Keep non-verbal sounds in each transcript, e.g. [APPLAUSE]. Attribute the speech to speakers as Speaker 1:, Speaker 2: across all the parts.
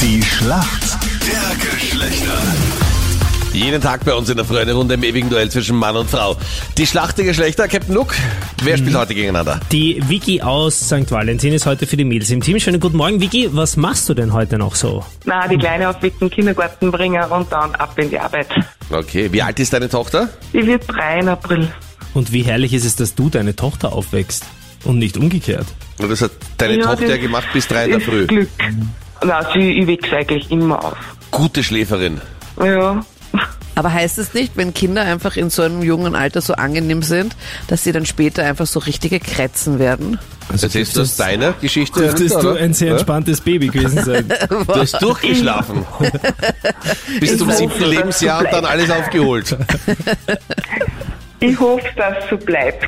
Speaker 1: Die Schlacht der Geschlechter.
Speaker 2: Jeden Tag bei uns in der Freunde-Runde im ewigen Duell zwischen Mann und Frau. Die Schlacht der Geschlechter, Captain Luke, wer spielt heute gegeneinander?
Speaker 3: Die Vicky aus St. Valentin ist heute für die Mädels im Team. Schönen guten Morgen, Vicky. Was machst du denn heute noch so?
Speaker 4: Na, die Kleine auf Weg zum Kindergarten bringen und dann ab in die Arbeit.
Speaker 2: Okay, wie alt ist deine Tochter?
Speaker 4: Die wird drei im April.
Speaker 3: Und wie herrlich ist es, dass du deine Tochter aufwächst und nicht umgekehrt?
Speaker 2: Und Das hat deine
Speaker 4: Ja,
Speaker 2: Tochter
Speaker 4: das
Speaker 2: gemacht bis drei in der
Speaker 4: ist
Speaker 2: Früh.
Speaker 4: Glück. Na, sie ich wächst eigentlich immer auf.
Speaker 2: Gute Schläferin.
Speaker 4: Ja.
Speaker 5: Aber heißt es nicht, wenn Kinder einfach in so einem jungen Alter so angenehm sind, dass sie dann später einfach so richtige Kretzen werden?
Speaker 2: Also Jetzt ist das deine Geschichte.
Speaker 3: Dürftest du
Speaker 5: ne?
Speaker 2: oder?
Speaker 3: ein sehr
Speaker 2: Ja?
Speaker 3: entspanntes Baby
Speaker 5: [LAUGHS]
Speaker 3: gewesen sein.
Speaker 2: Du hast durchgeschlafen. [LAUGHS] bis zum
Speaker 4: hoffe,
Speaker 2: siebten
Speaker 4: dass es so
Speaker 2: Lebensjahr und dann alles aufgeholt.
Speaker 4: Ich hoffe, dass es so bleibt.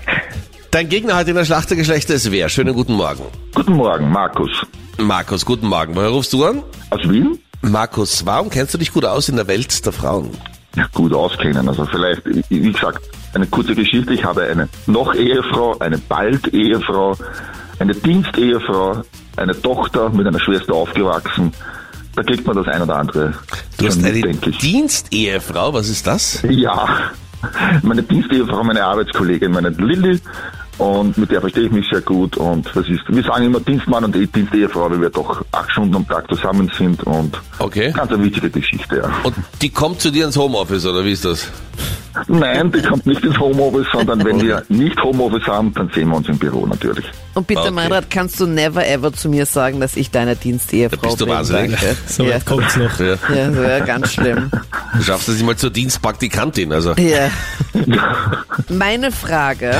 Speaker 2: Dein Gegner heute in der Schlacht der Geschlechter ist wer? Schönen guten Morgen.
Speaker 6: Guten Morgen, Markus.
Speaker 2: Markus, guten Morgen. Woher rufst du an?
Speaker 6: Aus Wien?
Speaker 2: Markus, warum kennst du dich gut aus in der Welt der Frauen?
Speaker 6: Ja, gut auskennen. Also vielleicht, wie gesagt, eine kurze Geschichte. Ich habe eine noch Ehefrau, eine bald Ehefrau, eine Dienstehefrau, eine Tochter mit einer Schwester aufgewachsen. Da kriegt man das ein oder andere.
Speaker 2: Du hast
Speaker 6: schon
Speaker 2: eine
Speaker 6: mit, denke ich.
Speaker 2: Dienstehefrau, was ist das?
Speaker 6: Ja, meine Dienstehefrau, meine Arbeitskollegin, meine Lilly. Und mit der verstehe ich mich sehr gut. Und das ist, wir sagen immer Dienstmann und Dienstehefrau, weil wir doch acht Stunden am Tag zusammen sind. Und
Speaker 2: Okay.
Speaker 6: ganz eine wichtige Geschichte, ja.
Speaker 2: Und die kommt zu dir ins Homeoffice, oder wie ist das?
Speaker 6: Nein, die kommt nicht ins Homeoffice, sondern wenn wir nicht Homeoffice haben, dann sehen wir uns im Büro natürlich.
Speaker 5: Und bitte,
Speaker 2: Ah, Okay.
Speaker 5: Meinrad, kannst du never ever zu mir sagen, dass ich deiner Dienstehefrau
Speaker 2: Bist du
Speaker 5: bin?
Speaker 2: wahnsinnig? [LAUGHS]
Speaker 5: Danke.
Speaker 3: So
Speaker 5: ja.
Speaker 3: weit kommt's noch.
Speaker 2: Ja.
Speaker 5: ja, das wäre ganz schlimm.
Speaker 2: Du schaffst es nicht mal zur Dienstpraktikantin, also.
Speaker 5: Ja. [LAUGHS] Meine Frage.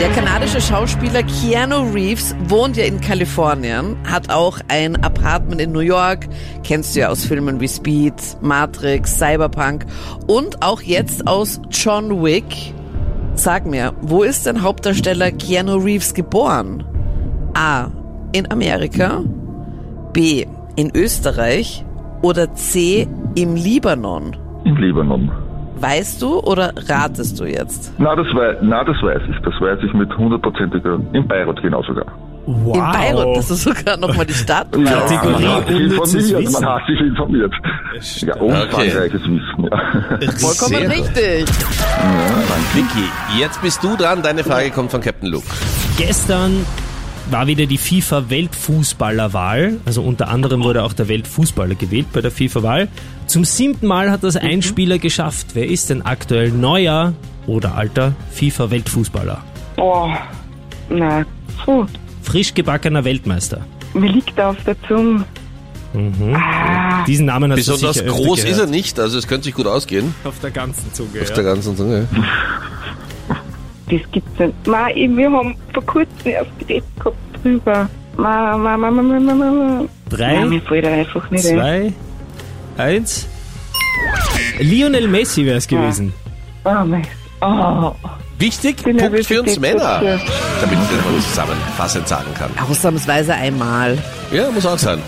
Speaker 5: Der kanadische Schauspieler Keanu Reeves wohnt ja in Kalifornien, hat auch ein Apartment in New York, kennst du ja aus Filmen wie Speed, Matrix, Cyberpunk und auch jetzt aus John Wick. Sag mir, wo ist denn Hauptdarsteller Keanu Reeves geboren? A. In Amerika, B. In Österreich oder C. Im Libanon?
Speaker 6: Im Libanon.
Speaker 5: Weißt du oder ratest du jetzt?
Speaker 6: Na, das, wei na, das weiß ich. Das weiß ich mit hundertprozentiger. Im Beirut genau sogar.
Speaker 3: Wow.
Speaker 5: In Bayreuth, das ist sogar nochmal
Speaker 2: [LAUGHS]
Speaker 5: die Stadt.
Speaker 3: Kategorie
Speaker 6: man hat sich
Speaker 3: unnützes
Speaker 6: informiert.
Speaker 3: Wissen.
Speaker 6: Man hat sich informiert. Ja, umfangreiches Wissen. Ja. [LAUGHS]
Speaker 5: Vollkommen
Speaker 2: Sehr gut.
Speaker 5: richtig.
Speaker 2: Vicky, jetzt bist du dran. Deine Frage kommt von Captain Luke.
Speaker 3: Gestern war wieder die FIFA-Weltfußballerwahl. Also unter anderem wurde auch der Weltfußballer gewählt bei der FIFA-Wahl. Zum siebten Mal hat das
Speaker 5: Mhm.
Speaker 3: ein Spieler geschafft. Wer ist denn aktuell neuer oder alter FIFA-Weltfußballer?
Speaker 4: Boah. Na, puh.
Speaker 3: Frisch gebackener Weltmeister.
Speaker 4: Mir liegt da auf der Zunge.
Speaker 3: Diesen Namen hast du
Speaker 2: Besonders
Speaker 3: sicher öfter
Speaker 2: groß
Speaker 3: gehört.
Speaker 2: ist er nicht, also es könnte sich gut ausgehen.
Speaker 3: Auf der ganzen Zunge.
Speaker 2: Auf der ganzen Zunge.
Speaker 4: Das gibt's nicht. Ma, ich- wir haben vor kurzem erst geredet gehabt drüber. Ma, ma, ma, ma, ma, ma, ma, ma. Nein, mir
Speaker 3: Drei,
Speaker 4: fällt er einfach nicht ein.
Speaker 3: zwei, eins. Lionel Messi wäre es gewesen.
Speaker 4: Oh, mein. Oh,
Speaker 2: Wichtig,
Speaker 4: bin
Speaker 2: Punkt
Speaker 4: nervös,
Speaker 2: für uns
Speaker 4: ich
Speaker 2: Männer,
Speaker 4: sitze
Speaker 2: damit ich das mal zusammenfassend sagen kann.
Speaker 5: Ausnahmsweise einmal.
Speaker 2: Ja, muss auch sein.